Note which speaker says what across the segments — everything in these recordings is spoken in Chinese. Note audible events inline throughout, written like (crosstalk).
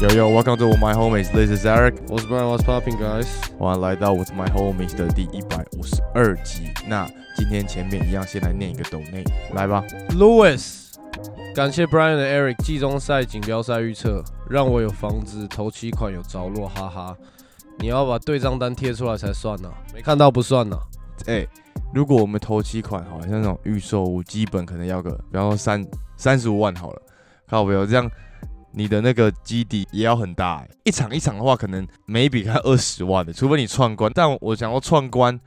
Speaker 1: Yo Yo, welcome to my homies. This is Eric.
Speaker 2: What's Brian? What's popping, guys？
Speaker 1: 欢迎来到 With my homies 的第一百五十二集。那今天前面一样，先来念一个 donate，来吧。
Speaker 2: Louis，感谢 Brian 的 Eric 季中赛锦标赛预测，让我有房子头期款有着落，哈哈。你要把对账单贴出来才算呢、啊没看到不算啊呢、
Speaker 1: 哎、如果我们投期款好，像那种预售屋，基本可能要个，比方说三三十五万好了，靠没有这样，你的那个基底也要很大、欸，一场一场的话，可能每一笔看二十万的，除非你串关，但我想要串关，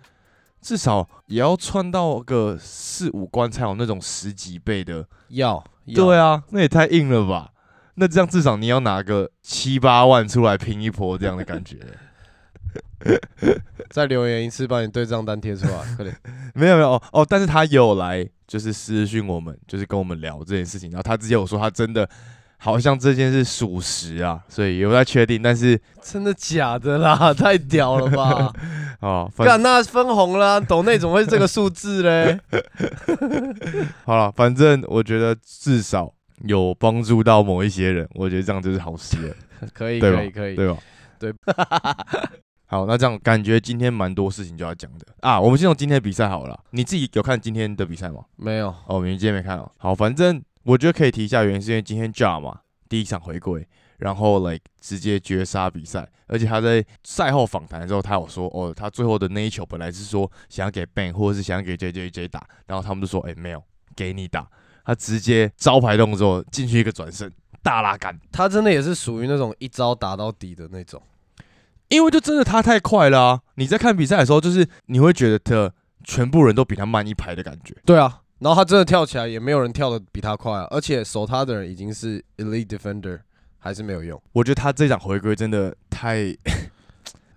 Speaker 1: 至少也要串到个四五关才有那种十几倍的。
Speaker 2: 要要
Speaker 1: 对啊，那也太硬了吧？那这样至少你要拿个七八万出来拼一波这样的感觉。
Speaker 2: 再留言一次，把你对账单贴出来，快 (laughs) 点。
Speaker 1: (laughs) 没有没有哦哦，但是他有来就是私讯我们，就是跟我们聊这件事情，然后他之前有说他真的好像这件事属实啊，所以有在确定，但是
Speaker 2: 真的假的啦？ (laughs) 太屌了 (laughs) 吧！
Speaker 1: 哦，反
Speaker 2: 干那分红啦，抖内怎么会是这个数字嘞？
Speaker 1: 好了，反正我觉得至少有帮助到某一些人，我觉得这样就是好事了，
Speaker 2: (laughs) 可以
Speaker 1: 对吧
Speaker 2: 可以可以，
Speaker 1: 对吧？
Speaker 2: 对。
Speaker 1: (laughs) 好，那这样感觉今天蛮多事情就要讲的啊。我们先从今天的比赛好了，你自己有看今天的比赛吗？
Speaker 2: 没有，
Speaker 1: 哦，明天没看哦。好，反正我觉得可以提一下，原因是因为今天 Ja 嘛，第一场回归，然后 like 直接绝杀比赛，而且他在赛后访谈的时候，他有说，哦，他最后的那一球本来是说想要给 Bang 或者是想要给 J J J 打，然后他们就说，哎、没有，给你打，他直接招牌动作进去一个转身，大拉杆，
Speaker 2: 他真的也是属于那种一招打到底的那种。
Speaker 1: 因为就真的他太快了、啊，你在看比赛的时候，就是你会觉得他全部人都比他慢一拍的感觉。
Speaker 2: 对啊，然后他真的跳起来，也没有人跳的比他快啊，而且守他的人已经是 elite defender，还是没有用，
Speaker 1: 我觉得他这场回归真的太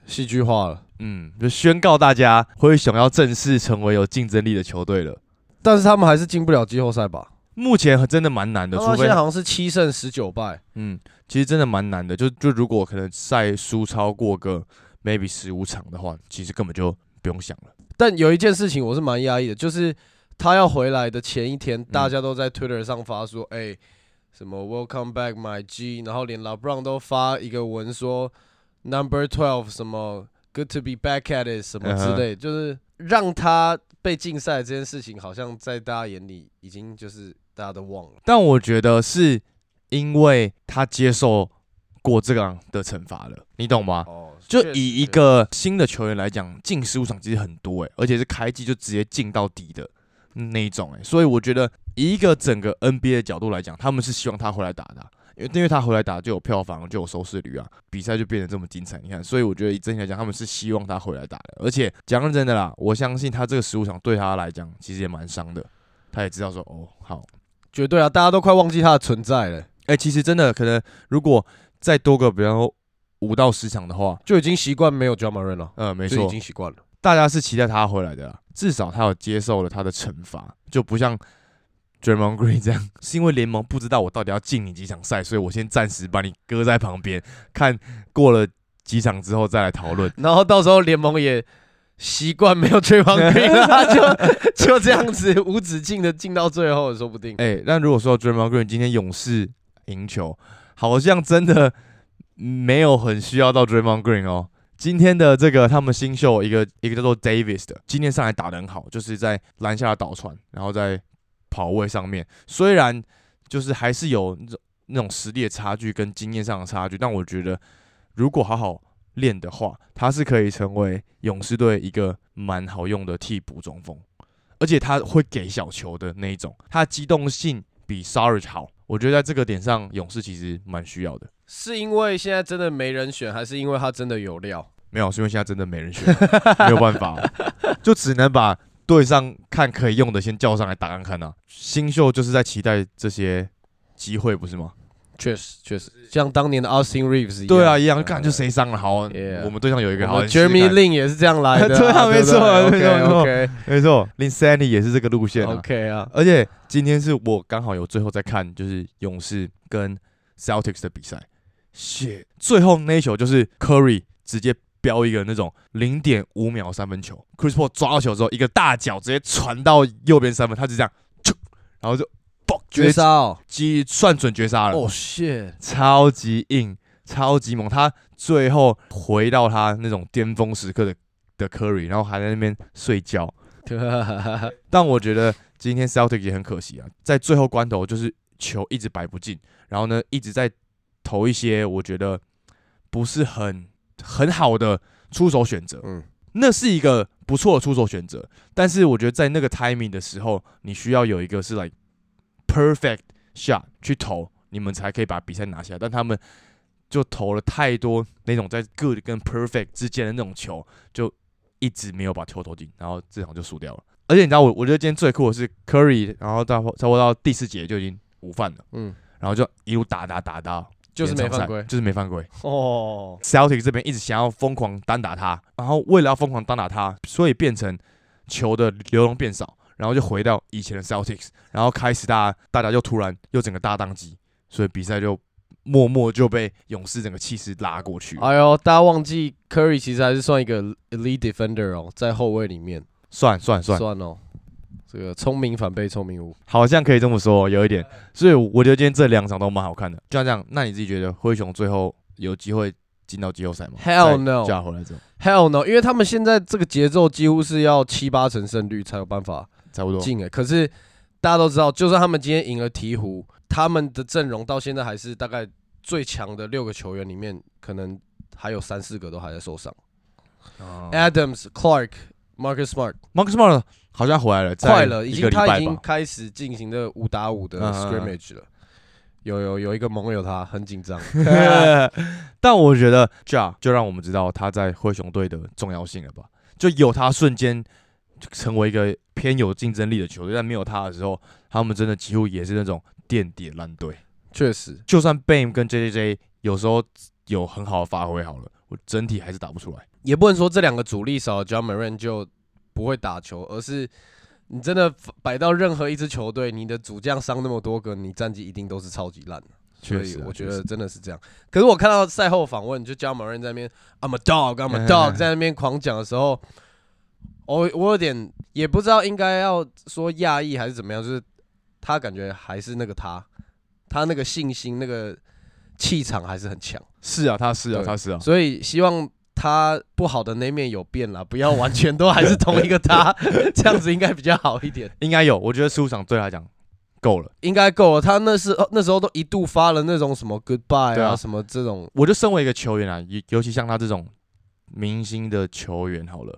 Speaker 2: 戏剧化了。
Speaker 1: 嗯，就宣告大家灰熊要正式成为有竞争力的球队了。
Speaker 2: 但是他们还是进不了季后赛吧？
Speaker 1: 目前真的蛮难的，
Speaker 2: 他
Speaker 1: 除
Speaker 2: 哦们现
Speaker 1: 非
Speaker 2: 在好像是七胜十九败，
Speaker 1: 嗯，其实真的蛮难的。就就如果可能赛输超过个 maybe 十五场的话，其实根本就不用想了。
Speaker 2: 但有一件事情我是蛮压抑的，就是他要回来的前一天，大家都在 Twitter 上发说，哎、什么 Welcome back my G，然后连 LeBron 都发一个文说 Number Twelve 什么 Good to be back at it 什
Speaker 1: 嗯
Speaker 2: 么之类就是让他被禁赛这件事情，好像在大家眼里已经就是大家都忘了。
Speaker 1: 但我觉得是因为他接受过这样的惩罚了，你懂吗？
Speaker 2: 哦，
Speaker 1: 就
Speaker 2: 确实
Speaker 1: 以一
Speaker 2: 确实
Speaker 1: 个新的球员来讲，进十五场其实很多诶、欸而且是开季就直接进到底的那一种诶、欸所以我觉得以一个整个 NBA 的角度来讲，他们是希望他回来打的啊、因为因为他回来打就有票房，就有收视率啊，比赛就变得这么精彩。你看，所以我觉得以整体来讲，他们是希望他回来打的。而且讲真的啦，我相信他这个十五场对他来讲其实也蛮伤的，他也知道说哦好，
Speaker 2: 绝对啊，大家都快忘记他的存在了，
Speaker 1: 哎、其实真的可能如果再多个比方说五到十场的话，
Speaker 2: 就已经习惯没有 j a m a r n 了，
Speaker 1: 呃，没
Speaker 2: 就
Speaker 1: 错
Speaker 2: 已，经习惯了。
Speaker 1: 大家是期待他回来的啦，至少他有接受了他的惩罚，就不像 d r a m o n Green 这样，是因为联盟不知道我到底要进你几场赛，所以我先暂时把你搁在旁边，看过了几场之后再来讨论。
Speaker 2: 然后到时候联盟也习惯没有
Speaker 1: (laughs)
Speaker 2: 追防兵了，就就这样子无止境的进到最后，说不定。
Speaker 1: 哎、那如果说 d r a m o n Green 今天勇士赢球，好像真的没有很需要到 d r a m o n Green 哦。今天的这个他们新秀一个一个叫做 Davis 的，今天上来打得很好，就是在篮下的倒传，然后在跑位上面，虽然就是还是有那种那种实力的差距跟经验上的差距，但我觉得如果好好练的话，他是可以成为勇士队一个蛮好用的替补中锋。而且他会给小球的那一种，他的机动性比 Sarge 好。我觉得在这个点上，勇士其实蛮需要的。
Speaker 2: 是因为现在真的没人选，还是因为他真的有料？
Speaker 1: 没有，是因为现在真的没人选，
Speaker 2: (laughs)
Speaker 1: 没有办法、啊就只能把队上看可以用的先叫上来打看看啊。新秀就是在期待这些机会，不是吗？
Speaker 2: 确实，确实，像当年的 Austin Reeves 一样。
Speaker 1: 对啊，一样，干就谁伤了好，啊
Speaker 2: Yeah
Speaker 1: 我们队上有一个
Speaker 2: 我
Speaker 1: 好
Speaker 2: 们，Jeremy
Speaker 1: 你试试
Speaker 2: Lin 也是这样来的啊。
Speaker 1: (laughs) 对啊没错没错没错
Speaker 2: o k
Speaker 1: 看没错，Lin Sandy 也是这个路线、啊。
Speaker 2: OK 啊，
Speaker 1: 而且今天是我刚好有最后在看，就是勇士跟 Celtics 的比赛。shit，最后那一球就是 Curry 直接飙一个那种零点五秒三分球，Chris Paul 抓到球之后，一个大脚直接传到右边三分，他就这样，啾然后就爆
Speaker 2: 绝杀哦。，Oh
Speaker 1: 击算准绝杀了，
Speaker 2: 哦、shit， (laughs)
Speaker 1: 超级硬，超级猛，他最后回到他那种巅峰时刻的的 Curry，然后还在那边睡觉。但我觉得今天 Celtic 也很可惜啊，在最后关头就是球一直摆不进，然后呢一直在投一些我觉得不是很很好的出手选择。
Speaker 2: 嗯，
Speaker 1: 那是一个不错的出手选择，但是我觉得在那个 timing 的时候，你需要有一个是 like perfect shot 去投，你们才可以把比赛拿下。但他们就投了太多那种在 good 跟 perfect 之间的那种球，就一直没有把球投进，然后这场就输掉了。而且你知道我，我觉得今天最酷的是 Curry，然后到差不多到第四节就已经午饭了，
Speaker 2: 嗯，
Speaker 1: 然后就一路打打打打，
Speaker 2: 就是没
Speaker 1: 延长赛
Speaker 2: 犯规
Speaker 1: 就是没犯规。
Speaker 2: 哦，
Speaker 1: Celtic 这边一直想要疯狂单打他，然后为了要疯狂单打他，所以变成球的流动变少，然后就回到以前的 Celtics，然后开始大家大家就突然又整个大宕机，所以比赛就默默就被勇士整个气势拉过去，
Speaker 2: 哎呦，大家忘记 Curry 其实还是算一个 elite defender 哦，在后卫里面
Speaker 1: 算算算，
Speaker 2: 算哦，这个聪明反被聪明误。
Speaker 1: 好像可以这么说，有一点，所以我觉得今天这两场都蛮好看的。就像这样，那你自己觉得灰熊最后有机会进到季后赛吗
Speaker 2: Hell
Speaker 1: 在
Speaker 2: no
Speaker 1: 加回来之后
Speaker 2: Hell no！因为他们现在这个节奏几乎是要七八成胜率才有办法
Speaker 1: 差不多，
Speaker 2: 进诶、欸可是大家都知道，就算他们今天赢了鹈鹕，他们的阵容到现在还是大概最强的六个球员里面，可能还有三四个都还在受伤。啊
Speaker 1: 嗯
Speaker 2: Adams、Clark、Marcus Smart
Speaker 1: Marcus Smart 好像回来了，在
Speaker 2: 快了，已
Speaker 1: 一
Speaker 2: 经
Speaker 1: 个礼
Speaker 2: 他
Speaker 1: 拜
Speaker 2: 已
Speaker 1: (laughs)
Speaker 2: 经
Speaker 1: 吧。
Speaker 2: 开始进行的五打五的
Speaker 1: 嗯嗯嗯
Speaker 2: scrimmage 了。有有有一个盟友他很紧
Speaker 1: (laughs)
Speaker 2: 张，啊
Speaker 1: 但我觉得 Ja 就让我们知道他在灰熊队的重要性了吧？就有他瞬间就成为一个偏有竞争力的球队，但没有他的时候，他们真的几乎也是那种垫底烂队。
Speaker 2: 确实
Speaker 1: 就算 Bam 跟 JJJ 有时候有很好的发挥，好了，我整体还是打不出来。
Speaker 2: 也不能说这两个主力少了 John Moran 就不会打球，而是你真的摆到任何一支球队，你的主将伤那么多个，你战绩一定都是超级烂的。所
Speaker 1: 确
Speaker 2: 以
Speaker 1: 实啊
Speaker 2: 我觉
Speaker 1: 确
Speaker 2: 得
Speaker 1: 实
Speaker 2: 真的是这样。可是我看到赛后访问，就 John Moran 在那边 I'm a dog, I'm
Speaker 1: (laughs) 嗯
Speaker 2: a dog，在那边狂讲的时候，我我有点也不知道应该要说讶异还是怎么样，就是他感觉还是那个他，他那个信心、那个气场还是很强。
Speaker 1: 是啊，他是啊，
Speaker 2: 对
Speaker 1: 他是啊。
Speaker 2: 所以希望他不好的那面有变啦，不要完全都还是同一个他， (laughs) 这样子应该比较好一点，
Speaker 1: 应该有，我觉得十五场对他来讲够了。
Speaker 2: 应该够了。他那时哦候那时候都一度发了那种什么 goodbye
Speaker 1: 对
Speaker 2: 啊，
Speaker 1: 啊
Speaker 2: 什么这种，
Speaker 1: 我就身为一个球员啊，尤尤其像他这种明星的球员，好了，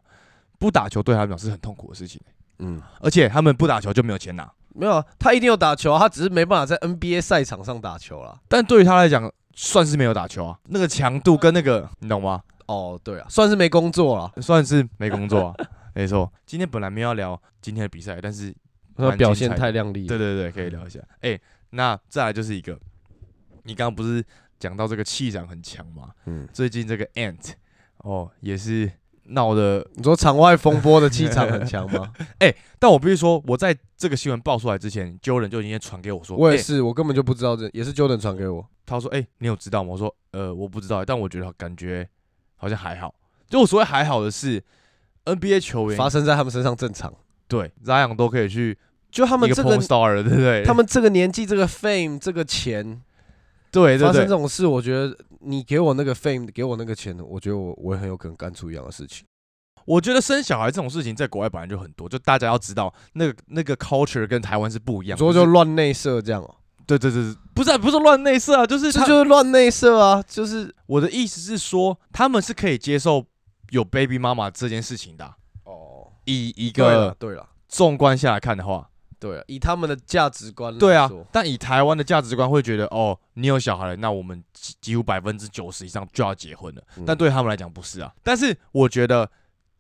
Speaker 1: 不打球对他来讲是很痛苦的事情，
Speaker 2: 嗯，
Speaker 1: 而且他们不打球就没有钱拿。
Speaker 2: 没有啊，他一定有打球啊，他只是没办法在 NBA 赛场上打球啦。
Speaker 1: 但对于他来讲，算是没有打球啊，那个强度跟那个，你懂吗？
Speaker 2: 哦，对啊，算是没工作了，
Speaker 1: 算是没工作啊，没错。今天本来没有要聊今天的比赛，但是
Speaker 2: 他
Speaker 1: 蛮
Speaker 2: 表
Speaker 1: 精
Speaker 2: 现
Speaker 1: 彩的
Speaker 2: 太靓丽了。
Speaker 1: 对对对，可以
Speaker 2: 嗯
Speaker 1: 聊一下。哎、那再来就是一个，你刚刚不是讲到这个气场很强吗？
Speaker 2: 嗯，
Speaker 1: 最近这个 Ant 哦，也是闹的
Speaker 2: 你说场外风波的气场很
Speaker 1: (laughs)
Speaker 2: 强吗？
Speaker 1: 但我必须说，我在这个新闻爆出来之前，Jordan 就已经传给我说，
Speaker 2: 我也
Speaker 1: 欸
Speaker 2: 是，我根本就不知道这，也是 Jordan 传给我。
Speaker 1: 他说，哎、你有知道吗？我说，呃，我不知道，但我觉得感觉好像还好。就我所谓还好的是，NBA 球员
Speaker 2: 发生在他们身上正常，
Speaker 1: 对扎养都可以去
Speaker 2: 就他
Speaker 1: 他
Speaker 2: 们这个
Speaker 1: star 了，对不对？
Speaker 2: 他们这个年纪，这个 fame，这个钱，
Speaker 1: 对对
Speaker 2: 发生这
Speaker 1: 对，
Speaker 2: 种事，我觉得你给我那个 fame，给我那个钱，我觉得我我也很有可能干出一样的事情。
Speaker 1: 我觉得生小孩这种事情在国外本来就很多，就大家要知道那个那个 culture 跟台湾是不一样的。
Speaker 2: 所以就乱内射这样哦，
Speaker 1: 对对对，对不是啊、不是乱内射啊，就是
Speaker 2: 这
Speaker 1: 他
Speaker 2: 就是乱内射啊，就是
Speaker 1: 我的意思是说，他们是可以接受有 baby 妈妈这件事情的啊、
Speaker 2: 哦，
Speaker 1: 以一
Speaker 2: 对了
Speaker 1: 个
Speaker 2: 对了
Speaker 1: 纵观下来看的话，
Speaker 2: 对了，以他们的价值观来
Speaker 1: 对啊
Speaker 2: 说，
Speaker 1: 但以台湾的价值观会觉得，哦，你有小孩了，那我们几几乎百分之九十以上就要结婚了。
Speaker 2: 嗯
Speaker 1: 但对他们来讲不是啊。但是我觉得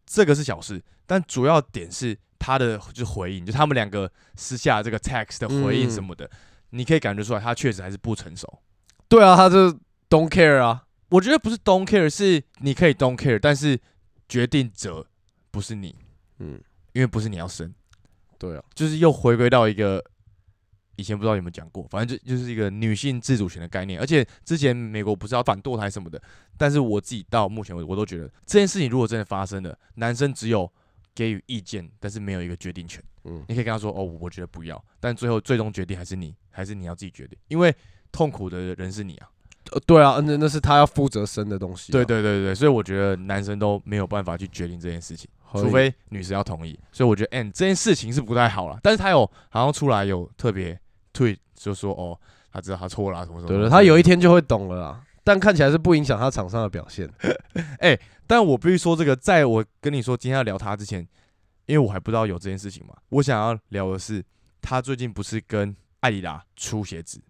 Speaker 1: 这个是小事，但主要点是他的就是回应，就他们两个私下这个 text 的回应
Speaker 2: 嗯
Speaker 1: 什么的，你可以感觉出来，他确实还是不成熟。
Speaker 2: 对啊，他就 don't care 啊，
Speaker 1: 我觉得不是 don't care，是你可以 don't care，但是决定者不是你，
Speaker 2: 嗯，
Speaker 1: 因为不是你要生，
Speaker 2: 对啊，
Speaker 1: 就是又回归到一个以前不知道有没有讲过，反正就就是一个女性自主权的概念。而且之前美国不是要反堕胎什么的，但是我自己到目前为止，我都觉得这件事情如果真的发生了，男生只有给予意见，但是没有一个决定权。
Speaker 2: 嗯，
Speaker 1: 你可以跟他说：“哦，我觉得不要。”但最后最终决定还是你，还是你要自己决定，因为痛苦的人是你啊。
Speaker 2: 呃对啊，那那是他要负责生的东西啊、
Speaker 1: 对对对对，所以我觉得男生都没有办法去决定这件事情，
Speaker 2: 合理，
Speaker 1: 除非女生要同意。所以我觉得，嗯，这件事情是不太好了。但是他有好像出来有特别退，就说哦，他知道他错了啊什么什么。
Speaker 2: 对了，他有
Speaker 1: 一，
Speaker 2: 一天就会懂了啦。但看起来是不影响他场上的表现。
Speaker 1: 但我必须说这个，在我跟你说今天要聊他之前，因为我还不知道有这件事情嘛，我想要聊的是他最近不是跟艾迪达出鞋子，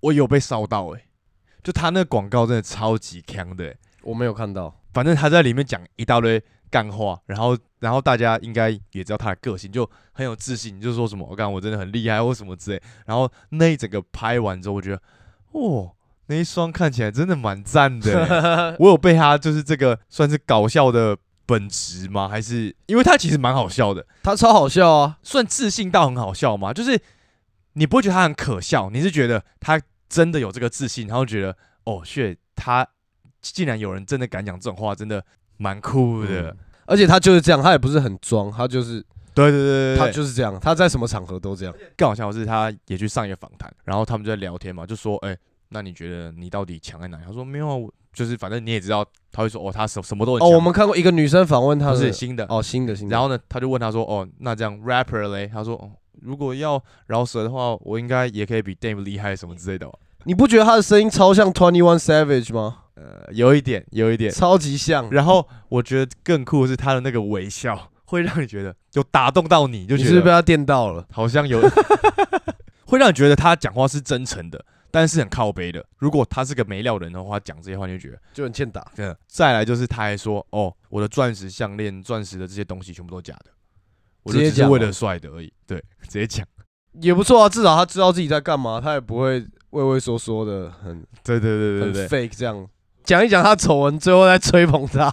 Speaker 1: 我有被烧到诶、就他那个广告真的超级强的、欸。
Speaker 2: 我没有看到，
Speaker 1: 反正他在里面讲一大堆干话，然后然后大家应该也知道他的个性，就很有自信，就说什么我干我真的很厉害或什么之类。然后那一整个拍完之后，我觉得，哦，那一双看起来真的蛮赞
Speaker 2: (laughs)
Speaker 1: 的。我有被他就是这个算是搞笑的本质吗？还是因为他其实蛮好笑的，
Speaker 2: 他超好笑啊！
Speaker 1: 算自信到很好笑吗？就是你不会觉得他很可笑，你是觉得他真的有这个自信，然后觉得哦，shit，他竟然有人真的敢讲这种话，真的蛮酷的。
Speaker 2: 嗯而且他就是这样，他也不是很装，他就是
Speaker 1: 对对对对对，
Speaker 2: 他就是这样，他在什么场合都这样。
Speaker 1: 更好笑的是，他也去上一个访谈，然后他们就在聊天嘛，就说：“哎、那你觉得你到底强在哪里？”他说：“没有啊，我就是反正你也知道，他会说哦，他什什么都很
Speaker 2: 哦，
Speaker 1: 强。
Speaker 2: 我们看过一个女生访问他
Speaker 1: 不
Speaker 2: 的，
Speaker 1: 是新的。
Speaker 2: 哦，新的新的。
Speaker 1: 然后呢，他就问他说：“哦，那这样 rapper 嘞？”他说：“哦，如果要饶舌的话，我应该也可以比 Dave 厉害什么之类的吧。哦
Speaker 2: 你不觉得他的声音超像 Twenty One Savage 吗？”
Speaker 1: 呃，有一点，有一点。
Speaker 2: 超级像，
Speaker 1: 然后我觉得更酷的是他的那个微笑，会让你觉得有打动到你，就
Speaker 2: 你
Speaker 1: 觉
Speaker 2: 是
Speaker 1: 得
Speaker 2: 不是被他电到了？
Speaker 1: 好像
Speaker 2: (laughs)
Speaker 1: 有，会让你觉得他讲话是真诚的，但是很靠背的。如果他是个没料的人的话，讲这些话你就觉得
Speaker 2: 就很欠打。
Speaker 1: 真的。再来就是他还说，哦，我的钻石项链、钻石的这些东西全部都假的，我就
Speaker 2: 直
Speaker 1: 只
Speaker 2: 接
Speaker 1: 是
Speaker 2: 讲
Speaker 1: 为
Speaker 2: 吗
Speaker 1: 了帅的而已。对，直接讲。
Speaker 2: 也不错啊，至少他知道自己在干嘛，他也不会畏畏缩缩的，很
Speaker 1: 对对对对
Speaker 2: 很
Speaker 1: 对对，
Speaker 2: fake 这样讲一讲他丑闻，最后再吹捧他。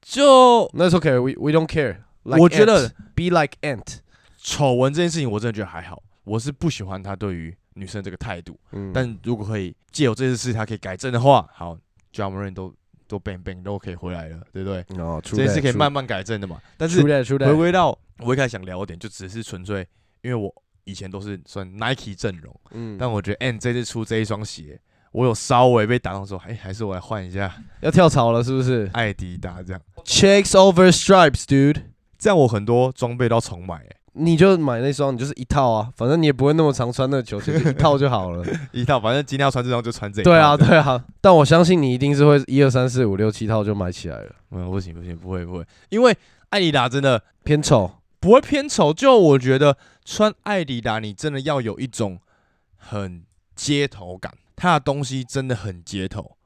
Speaker 1: 就
Speaker 2: (laughs) 那时候可以，we we don't care like ant。
Speaker 1: 我觉得
Speaker 2: be like ant。
Speaker 1: 丑闻这件事情，我真的觉得还好。我是不喜欢他对于女生这个态度，
Speaker 2: 嗯，
Speaker 1: 但如果可以借由这件事他可以改正的话，好 j o h n m a r i 都都 bang bang 都可以回来了，对不对？
Speaker 2: 哦，
Speaker 1: 这件事可以慢慢改正的嘛。但是
Speaker 2: 出来出来
Speaker 1: 回，归到我一开始想聊的点，就只是纯粹因为我以前都是算 Nike 阵容，
Speaker 2: 嗯，
Speaker 1: 但我觉得 N 这次出这一双鞋，我有稍微被打动说，哎，还是我来换一
Speaker 2: (laughs)
Speaker 1: 下
Speaker 2: 要跳槽了是不是
Speaker 1: 艾迪达这样，
Speaker 2: ？Checks over stripes，dude。
Speaker 1: 这样我很多装备都要重买、哎，
Speaker 2: 你就买那双，你就是一套啊，反正你也不会那么常穿那个球鞋，就一套就好
Speaker 1: (laughs)
Speaker 2: 了。
Speaker 1: 一套，反正今天要穿这双就穿这一套。
Speaker 2: 对啊，
Speaker 1: 这样，
Speaker 2: 对啊，但我相信你一定是会一二三四五六七套就买起来了。
Speaker 1: 嗯，不行不行，不会不会，因为艾迪达真的
Speaker 2: 偏丑，
Speaker 1: 不会偏丑，就我觉得穿艾迪达你真的要有一种很街头感，它的东西真的很街头。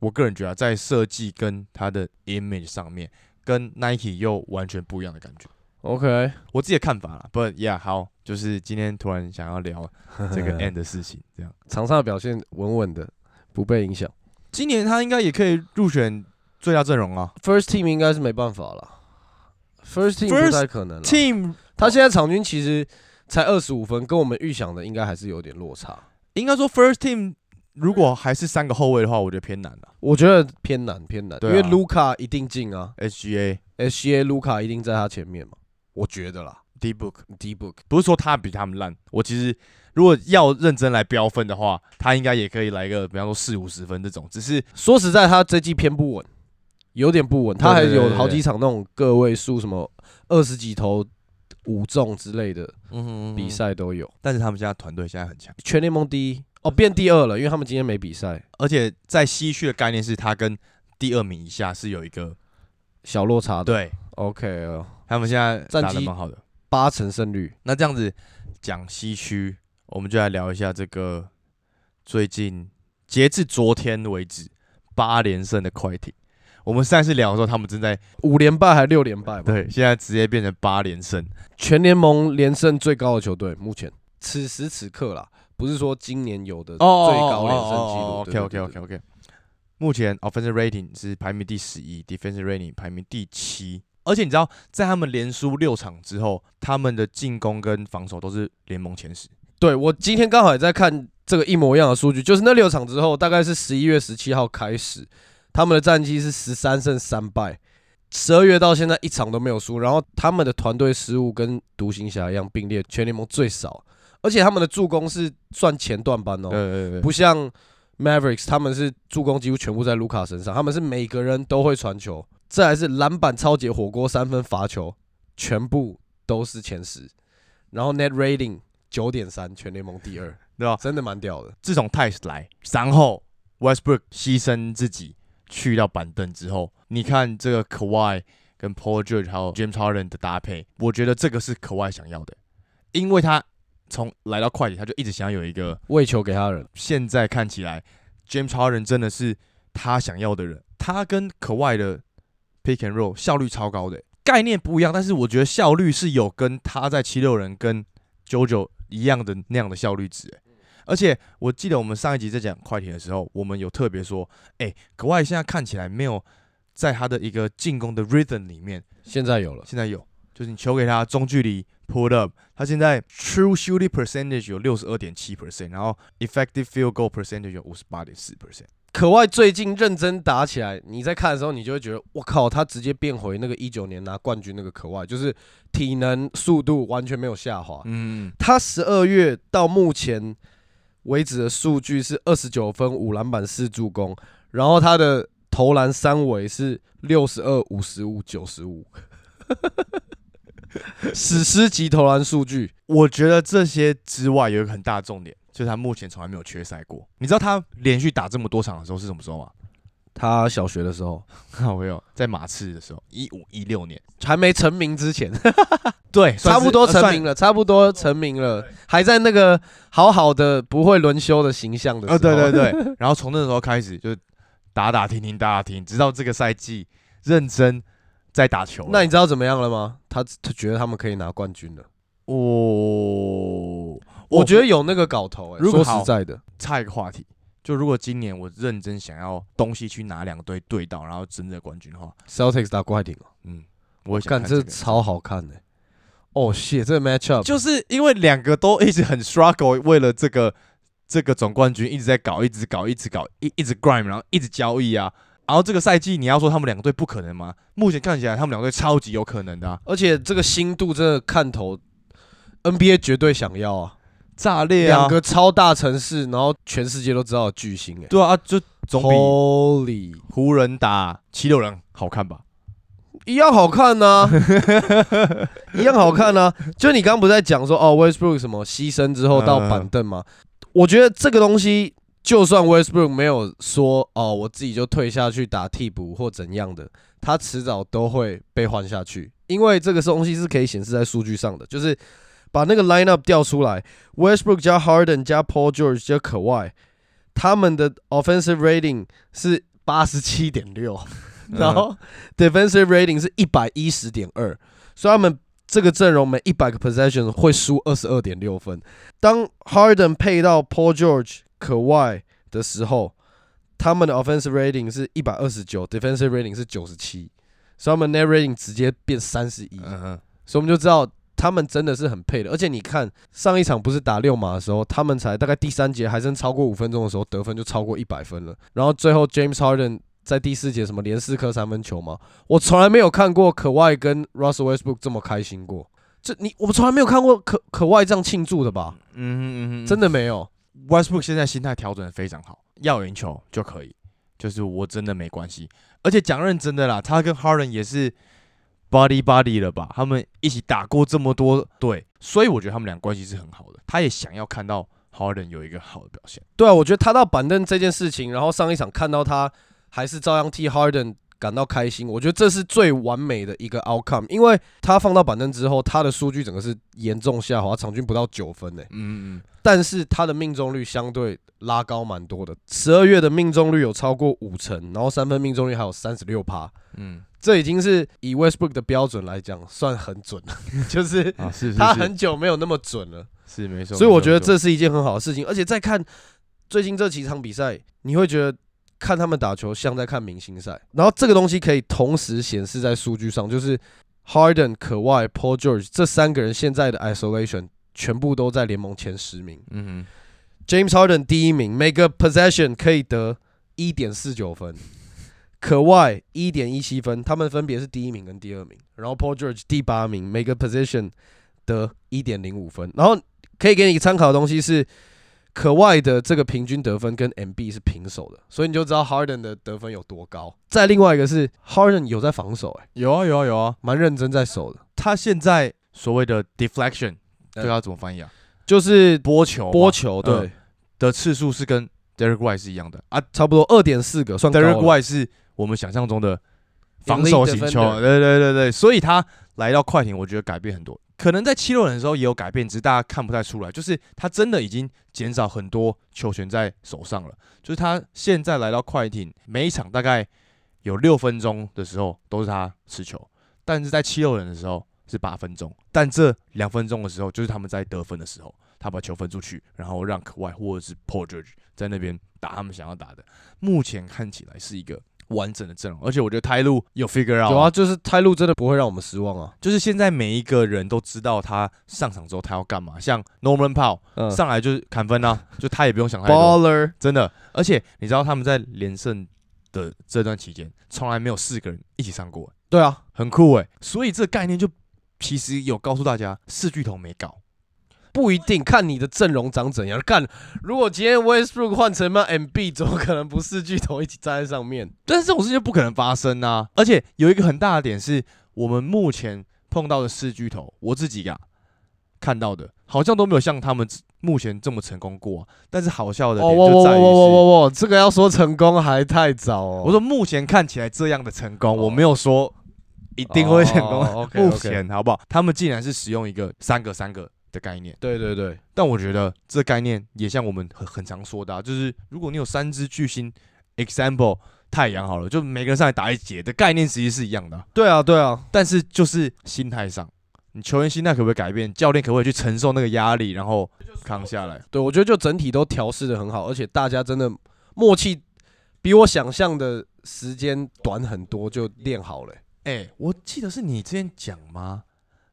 Speaker 1: 我个人觉得啊在设计跟它的 image 上面，跟 Nike 又完全不一样的感觉。
Speaker 2: OK，
Speaker 1: 我自己的看法啦，But yeah，好，就是今天突然想要聊 (laughs) 这
Speaker 2: 嗯
Speaker 1: 个 end 的事情，这样。
Speaker 2: 哎场上的表现稳稳的，不被影响。
Speaker 1: 今年他应该也可以入选最佳阵容啊
Speaker 2: First team 应该是没办法了，First team
Speaker 1: First
Speaker 2: 不太可能了。
Speaker 1: ，Team
Speaker 2: 他现在场均其实才二十五分，跟我们预想的应该还是有点落差。
Speaker 1: 应该说 First Team 如果还是三个后卫的话，我觉得偏难了、
Speaker 2: 我觉得偏难偏难，
Speaker 1: 对
Speaker 2: 因为
Speaker 1: 啊
Speaker 2: 卢卡一定进啊
Speaker 1: SGA
Speaker 2: ，SGA 卢卡一定在他前面嘛，我觉得啦。
Speaker 1: D Book
Speaker 2: D Book
Speaker 1: 不是说他比他们烂，我其实如果要认真来标分的话，他应该也可以来个，比方说四五十分这种。只是
Speaker 2: 说实在，他这季偏不稳，有点不稳，他还
Speaker 1: 对对对
Speaker 2: 有
Speaker 1: 对
Speaker 2: 好几场那种个位数，什么二十几投五中之类的
Speaker 1: 嗯
Speaker 2: 比
Speaker 1: 比赛，
Speaker 2: 赛都有。
Speaker 1: 但是他们现在团队现在很强，
Speaker 2: 全联盟第一哦，变第二了，因为他们今天没比赛，
Speaker 1: 而且在西区的概念是，他跟第二名以下是有一个
Speaker 2: 小落差的。
Speaker 1: 对，
Speaker 2: OK，哦
Speaker 1: 他们现在打
Speaker 2: 战
Speaker 1: 的
Speaker 2: 绩
Speaker 1: 蛮好的。
Speaker 2: 八成胜率，
Speaker 1: 那这样子讲西区，我们就来聊一下这个最近截至昨天为止八连胜的快艇。我们上一次聊的时候，他们正在
Speaker 2: 五连败还是六连败吧？，
Speaker 1: 对，现在直接变成八连胜。
Speaker 2: 全联盟连胜最高的球队，目前此时此刻啦，不是说今年有的最
Speaker 1: 哦
Speaker 2: 高连胜记录。
Speaker 1: OK OK OK OK。目前 offensive rating 是排名第十一，defensive rating 排名第七。而且你知道，在他们连输六场之后，他们的进攻跟防守都是联盟前十。
Speaker 2: 对我今天刚好也在看这个一模一样的数据，就是那六场之后，大概是十一月十七号开始，他们的战绩是十三胜三败，十二月到现在一场都没有输，然后他们的团队失误跟独行侠一样并列全联盟最少，而且他们的助攻是算前段班哦，
Speaker 1: 对对对，
Speaker 2: 不像 Mavericks 他们是助攻几乎全部在卢卡身上，他们是每个人都会传球，再来是篮板、超级火锅、三分、罚球，全部都是前十，然后 Net Rating 九点三，全联盟第二，
Speaker 1: 对啊吧？
Speaker 2: 真的蛮屌的。
Speaker 1: 自从泰斯来，然后 Westbrook 牺牲自己去到板凳之后，你看这个 Kawhi 跟 Paul George 还有 James Harden 的搭配，我觉得这个是 Kawhi 想要的，因为他从来到快艇，他就一直想要有一个
Speaker 2: 喂球给他人，
Speaker 1: 现在看起来，James Harden 真的是他想要的人。他跟 Kawhi 的 pick and roll 效率超高的、欸概念不一样，但是我觉得效率是有跟他在七六人跟 JoJo 一样的那样的效率值、欸。而且我记得我们上一集在讲快艇的时候，我们有特别说，哎、k a w h i 现在看起来没有在他的一个进攻的 rhythm 里面，
Speaker 2: 现在有了，
Speaker 1: 现在有，就是你球给他中距离 pull up，他现在 true shooting percentage 有六十二点七 percent，然后 effective field goal percentage 有五十八点四 percent。
Speaker 2: 可外最近认真打起来，你在看的时候，你就会觉得，我靠，他直接变回那个一九年拿冠军那个可外，就是体能、速度完全没有下滑。
Speaker 1: 嗯，
Speaker 2: 他十二月到目前为止的数据是二十九分、五篮板、四助攻，然后他的投篮三围是六十二、五十五、九十五， (laughs) 史诗级投篮数据。
Speaker 1: 我觉得这些之外有一个很大的重点，就是他目前从来没有缺赛过。你知道他连续打这么多场的时候是什么时候吗？
Speaker 2: 他小学的时候
Speaker 1: (laughs) 我有，在马刺的时候，一五一六年，
Speaker 2: 还没成名
Speaker 1: (laughs)
Speaker 2: 之前，
Speaker 1: 对，呃
Speaker 2: 差不多成名
Speaker 1: 了。
Speaker 2: 了，差不多成名了，还在那个好好的不会轮休的形象的时候。
Speaker 1: 啊，对对，对。 (laughs) 然后从那时候开始就打打停停，打打停，直到这个赛季认真在打球了。
Speaker 2: 那你知道怎么样了吗？他他觉得他们可以拿冠军了，
Speaker 1: 我
Speaker 2: 我觉得有那个搞头、欸。
Speaker 1: 如果
Speaker 2: 说
Speaker 1: 好
Speaker 2: 实在的，
Speaker 1: 差一个话题，就如果今年我认真想要东西去拿两队对到，然后争这个冠军的话，
Speaker 2: Celtics 打快艇哦，
Speaker 1: 嗯，我也想
Speaker 2: 干
Speaker 1: 看
Speaker 2: 这
Speaker 1: 个
Speaker 2: 超好看的、哦、shit，这个 match up
Speaker 1: 就是因为两个都一直很 struggle，为了这个这个总冠军一直在搞，一直搞，一直搞，一一直 grime，然后一直交易啊。然后这个赛季你要说他们两队不可能吗？目前看起来他们两队超级有可能的、啊，
Speaker 2: 而且这个新度真的看头，NBA 绝对想要啊！
Speaker 1: 炸裂
Speaker 2: 两
Speaker 1: 啊！
Speaker 2: 个超大城市，然后全世界都知道的巨星、欸，
Speaker 1: 对啊，就总比
Speaker 2: Holy
Speaker 1: 湖人打七六人好看吧？
Speaker 2: 一样好看呐、 (laughs) 一样好看呐、就你刚刚不是在讲说哦，Westbrook 什么牺牲之后到板凳吗？我觉得这个东西，就算 Westbrook 没有说哦，我自己就退下去打替补或怎样的，他迟早都会被换下去，因为这个东西是可以显示在数据上的，就是把那个 lineup 调出来，Westbrook 加 Harden 加 Paul George 加 Kawhi，他们的 offensive rating 是八十七点六。 (laughs) (laughs) 然后 defensive rating 是一百一十点二，所以他们这个阵容每一百个 possession 会输二十二点六分。当 Harden 配到 Paul George、可外的时候，他们的 offensive rating 是一百二十九，defensive rating 是九十七，所以他们 net rating 直接变三十一
Speaker 1: 嗯，嗯嗯，
Speaker 2: 所以我们就知道。他们真的是很配的，而且你看上一场不是打六马的时候，他们才大概第三节还剩超过五分钟的时候，得分就超过一百分了。然后最后 James Harden 在第四节什么连四颗三分球嘛，我从来没有看过可外跟 Russell Westbrook 这么开心过。这你我们从来没有看过可可外这样庆祝的吧？
Speaker 1: 嗯嗯嗯，
Speaker 2: 真的没有。
Speaker 1: Westbrook 现在心态调整的非常好，要赢球就可以，就是我真的没关系。而且讲认真的啦，他跟 Harden 也是 body body 了吧？他们一起打过这么多队，所以我觉得他们俩关系是很好的。他也想要看到 Harden 有一个好的表现。
Speaker 2: 对啊，我觉得他到板凳这件事情，然后上一场看到他还是照样替 Harden 感到开心，我觉得这是最完美的一个 outcome，因为他放到板凳之后，他的数据整个是严重下滑，场均不到九分呢、欸
Speaker 1: 嗯嗯
Speaker 2: 但是他的命中率相对拉高蛮多的，十二月的命中率有超过五成，然后三分命中率还有三十六趴，
Speaker 1: 嗯
Speaker 2: 这已经是以 Westbrook 的标准来讲算很准了， (laughs) 就是
Speaker 1: 啊，是是是
Speaker 2: 他很久没有那么准了。
Speaker 1: 是没错。
Speaker 2: 所以我觉得
Speaker 1: 没错
Speaker 2: 这是一件很好的事情。而且再看最近这几场比赛，你会觉得看他们打球像在看明星赛。然后这个东西可以同时显示在数据上，就是 Harden、可外、Paul George 这三个人现在的 isolation 全部都在联盟前十名。
Speaker 1: 嗯嗯
Speaker 2: James Harden 第一名，每个 possession 可以得一点四九分，可外一点一七分，他们分别是第一名跟第二名。然后 Paul George 第八名，每个 position 得一点零五分。然后可以给你参考的东西是，可外的这个平均得分跟 MB 是平手的，所以你就知道 Harden 的得分有多高。再另外一个是 Harden 有在防守、欸，哎，
Speaker 1: 有啊有啊有啊，
Speaker 2: 蛮认真在守的，
Speaker 1: 他现在所谓的 deflection，
Speaker 2: 嗯
Speaker 1: 这个要怎么翻译啊？
Speaker 2: 就是
Speaker 1: 波球嘛，
Speaker 2: 波球对、
Speaker 1: 嗯的次数是跟 Derek White 是一样的啊
Speaker 2: 差不多二点四个，算高了
Speaker 1: ，Derek White 是我们想象中的防守型
Speaker 2: Elite
Speaker 1: 球
Speaker 2: defender
Speaker 1: 员，对对对对，所以他来到快艇，我觉得改变很多。可能在七六人的时候也有改变，只是大家看不太出来。就是他真的已经减少很多球权在手上了。就是他现在来到快艇，每一场大概有六分钟的时候都是他持球，但是在七六人的时候是八分钟，但这两分钟的时候就是他们在得分的时候，他把球分出去，然后让可外或者是 p o r g e 在那边打他们想要打的。目前看起来是一个完整的阵容，而且我觉得泰路有 figure out，
Speaker 2: 有啊，，就是泰路真的不会让我们失望啊。
Speaker 1: 就是现在每一个人都知道他上场之后他要干嘛，像 Norman Powell
Speaker 2: 嗯
Speaker 1: 上来就是砍分
Speaker 2: (laughs)
Speaker 1: 啊，就他也不用想太多，
Speaker 2: Baller
Speaker 1: 真的。而且你知道他们在连胜的这段期间，从来没有四个人一起上过，
Speaker 2: 对啊，
Speaker 1: 很酷诶、所以这个概念就其实有告诉大家，四巨头没搞，
Speaker 2: 不一定看你的阵容长怎样。看，如果今天 Westbrook 换成那 MB，怎么可能不是巨头一起站在上面？
Speaker 1: 但是这种事情就不可能发生啊。而且有一个很大的点是，我们目前碰到的四巨头，我自己呀、看到的，好像都没有像他们目前这么成功过啊、但是好笑的
Speaker 2: 哦
Speaker 1: 点就在于是。
Speaker 2: 哇，这个要说成功还太早哦
Speaker 1: 我说目前看起来这样的成功，我没有说一定会成功。
Speaker 2: 哦 OK，OK
Speaker 1: 目前好不好？他们竟然是使用一个三个三个的概念，
Speaker 2: 对对对，
Speaker 1: 但我觉得这概念也像我们很很常说的、啊，就是如果你有三只巨星，example 太阳好了，就每个人上来打一节的概念其实是一样的啊、
Speaker 2: 对啊对啊，
Speaker 1: 但是就是心态上，你球员心态可不可以改变？教练可不可以去承受那个压力，然后扛下来？
Speaker 2: 对我觉得就整体都调试的很好，而且大家真的默契比我想象的时间短很多，就练好了欸、
Speaker 1: 哎、我记得是你之前讲吗？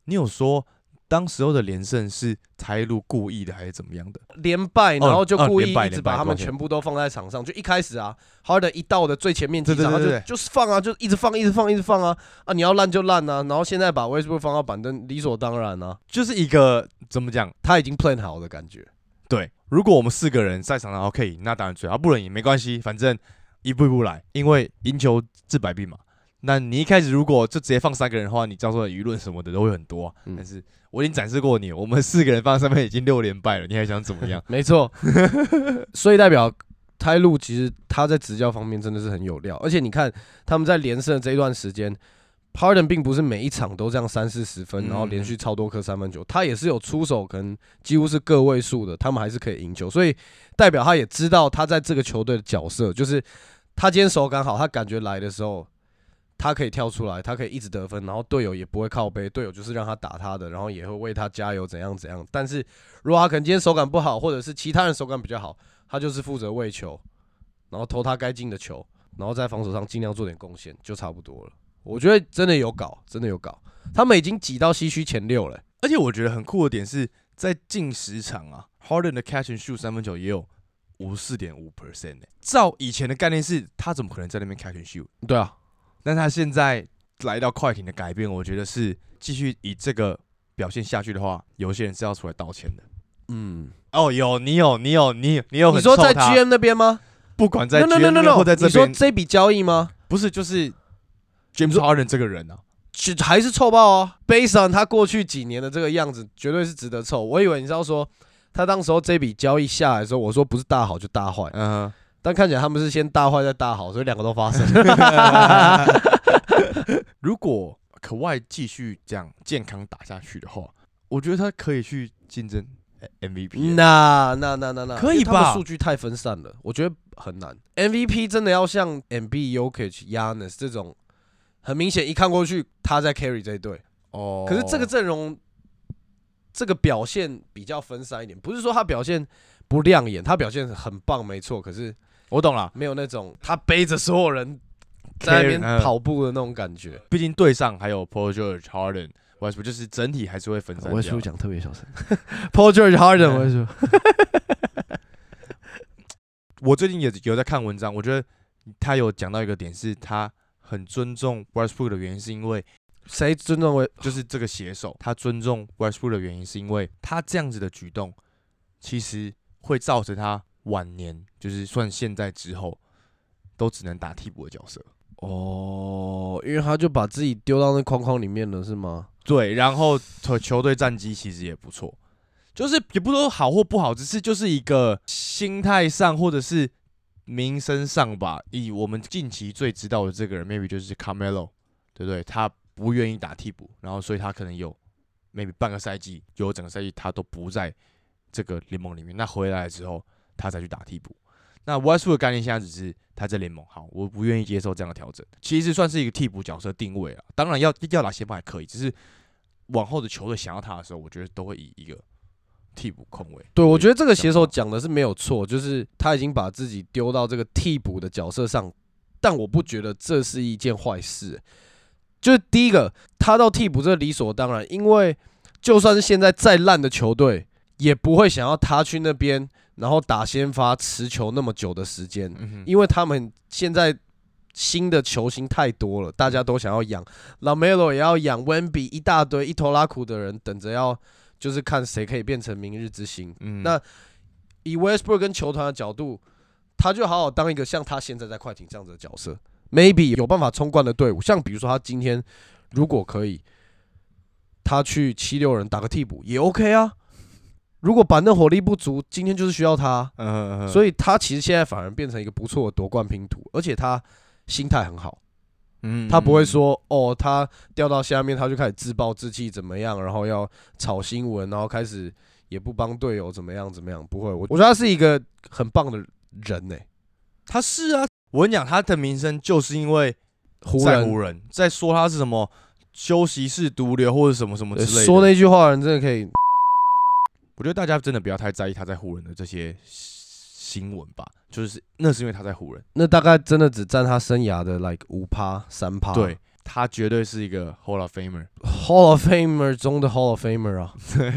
Speaker 1: 你有说当时候的连胜是台路故意的还是怎么样的？
Speaker 2: 连败，然后就
Speaker 1: 哦
Speaker 2: 故意
Speaker 1: 连败
Speaker 2: 一直把
Speaker 1: 连败
Speaker 2: 他
Speaker 1: 抱
Speaker 2: 们
Speaker 1: 歉
Speaker 2: 全部都放在场上。就一开始啊，Harden 一到的最前面几
Speaker 1: 对对
Speaker 2: 场，他
Speaker 1: 对
Speaker 2: 就
Speaker 1: 对对
Speaker 2: 就是放啊，就一直放，一直放，一直放啊啊！你要烂就烂啊，然后现在把 Westbrook 放到板凳，理所当然啊，
Speaker 1: 就是一个怎么讲？
Speaker 2: 他已经 plan 好的感觉。
Speaker 1: 对，如果我们四个人在场上可以赢，那当然最好；不能赢没关系，反正一步一步来，因为赢球治百病嘛。那你一开始如果就直接放三个人的话，你遭受的舆论什么的都会很多啊、
Speaker 2: 嗯？
Speaker 1: 但是我已经展示过你，我们四个人放在上面已经六连败了，你还想怎么样
Speaker 2: 没错， (laughs) 所以代表泰路其实他在执教方面真的是很有料，而且你看他们在连胜的这一段时间。Harden 并不是每一场都这样三四十分，
Speaker 1: 嗯
Speaker 2: 然后连续超多颗三分球，他也是有出手，可能几乎是个位数的，他们还是可以赢球，所以代表他也知道他在这个球队的角色，就是他今天手感好，他感觉来的时候，他可以跳出来，他可以一直得分，然后队友也不会靠背，队友就是让他打他的，然后也会为他加油，怎样怎样。但是如果他可能今天手感不好，或者是其他人手感比较好，他就是负责喂球，然后投他该进的球，然后在防守上尽量做点贡献，就差不多了。我觉得真的有搞，真的有搞，他们已经挤到西区前六了、
Speaker 1: 而且我觉得很酷的点是在近十场啊，Harden 的 catch and shoot 三分球也有五四点五 percent 呢。照以前的概念是，他怎么可能在那边 catch and shoot？
Speaker 2: 对啊，
Speaker 1: 但他现在来到快艇的改变，我觉得是继续以这个表现下去的话，有些人是要出来道歉的。
Speaker 2: 嗯，
Speaker 1: 哦，有你有你有你有你有
Speaker 2: 你
Speaker 1: 很
Speaker 2: 说
Speaker 1: 臭
Speaker 2: 在
Speaker 1: 他
Speaker 2: GM 那边吗
Speaker 1: 不管在
Speaker 2: ？No No No No
Speaker 1: GM
Speaker 2: No，
Speaker 1: 或在这
Speaker 2: 你说
Speaker 1: 边，
Speaker 2: 这笔交易吗？
Speaker 1: 不是就是 James Harden 这个人啊，
Speaker 2: 就还是臭爆啊！Based on 他过去几年的这个样子，绝对是值得臭。我以为你是要说他当时候这笔交易下来的时候，我说不是大好就大坏，
Speaker 1: 嗯、
Speaker 2: 但看起来他们是先大坏再大好，所以两个都发生。
Speaker 1: 如果可外继续这样健康打下去的话，我觉得他可以去竞争 MVP 啊。
Speaker 2: 那那那那那
Speaker 1: 可以
Speaker 2: 因为他们
Speaker 1: 吧
Speaker 2: 数据太分散了，我觉得很难。MVP 真的要像 MB、Yokich、Yanis 这种，很明显一看过去他在 carry 这一队。
Speaker 1: 哦
Speaker 2: 可是这个阵容，这个表现比较分散一点，不是说他表现不亮眼，他表现很棒没错，可是
Speaker 1: 我懂了，
Speaker 2: 没有那种他背着所有人在那边
Speaker 1: Carry，嗯
Speaker 2: 跑步的那种感觉。
Speaker 1: 毕竟队上还有 Paul George、Harden、Westbrook，就是整体还是会分散掉。
Speaker 2: 讲特别小声 (laughs) ，Paul George Harden，
Speaker 1: 嗯
Speaker 2: 我也说，
Speaker 1: 我最近也有在看文章，我觉得他有讲到一个点，是他很尊重 Westbrook 的原因，是因为
Speaker 2: 谁尊重我？
Speaker 1: 就是这个写手，他尊重 Westbrook 的原因是因为他这样子的举动，其实会造成他晚年，就是算现在之后，都只能打替补的角色。
Speaker 2: 哦，因为他就把自己丢到那框框里面了，是吗？
Speaker 1: 对，然后球球队战绩其实也不错，就是也不说好或不好，只是就是一个心态上或者是名声上吧。以我们近期最知道的这个人，maybe 就是 Carmelo，对不对？他不愿意打替补，然后所以他可能有 maybe 半个赛季，有整个赛季他都不在这个联盟里面。那回来之后，他才去打替补。那 Westwood 的概念现在只是他在联盟好，我不愿意接受这样的调整，其实算是一个替补角色定位了。当然要要打先发还可以，只是往后的球队想要他的时候，我觉得都会以一个替补控卫。
Speaker 2: 对，我觉得这个
Speaker 1: 想
Speaker 2: 写手
Speaker 1: 法
Speaker 2: 讲的是没有错，就是他已经把自己丢到这个替补的角色上，但我不觉得这是一件坏事。欸就是第一个，他到替补这理所当然，因为就算是现在再烂的球队，也不会想要他去那边，然后打先发持球那么久的时间。
Speaker 1: 嗯哼，
Speaker 2: 因为他们现在新的球星太多了，大家都想要养 Lamelo 也要养 Wemby 一大堆一头拉苦的人等着要，就是看谁可以变成明日之星。
Speaker 1: 嗯
Speaker 2: 那以 Westbrook 跟球团的角度，他就好好当一个像他现在在快艇这样子的角色，maybe 有办法冲冠的队伍。像比如说他今天如果可以，他去七六人打个替补也 OK 啊。如果板凳火力不足，今天就是需要他啊、
Speaker 1: 嗯
Speaker 2: 所
Speaker 1: 以
Speaker 2: 以他其实现在反而变成一个不错的夺冠拼图，而且他心态很好，
Speaker 1: 嗯
Speaker 2: 他不会说哦，他掉到下面他就开始自暴自弃怎么样，然后要炒新闻，然后开始也不帮队友怎么样怎么样，不会，我我觉得他是一个很棒的人欸呢、
Speaker 1: 他是啊，我跟你讲，他的名声就是因为
Speaker 2: 湖
Speaker 1: 在
Speaker 2: 人
Speaker 1: 湖人在说他是什么休息室毒瘤或者什么什么之
Speaker 2: 对
Speaker 1: 类的。
Speaker 2: 说那句话的人真的可以，
Speaker 1: 我觉得大家真的不要太在意他在湖人的这些新闻吧，就是那是因为他在湖人，
Speaker 2: 那大概真的只占他生涯的 like 五趴三趴，
Speaker 1: 对他绝对是一个 Hall of Famer。
Speaker 2: Hall of Famer 中的 Hall of Famer 啊，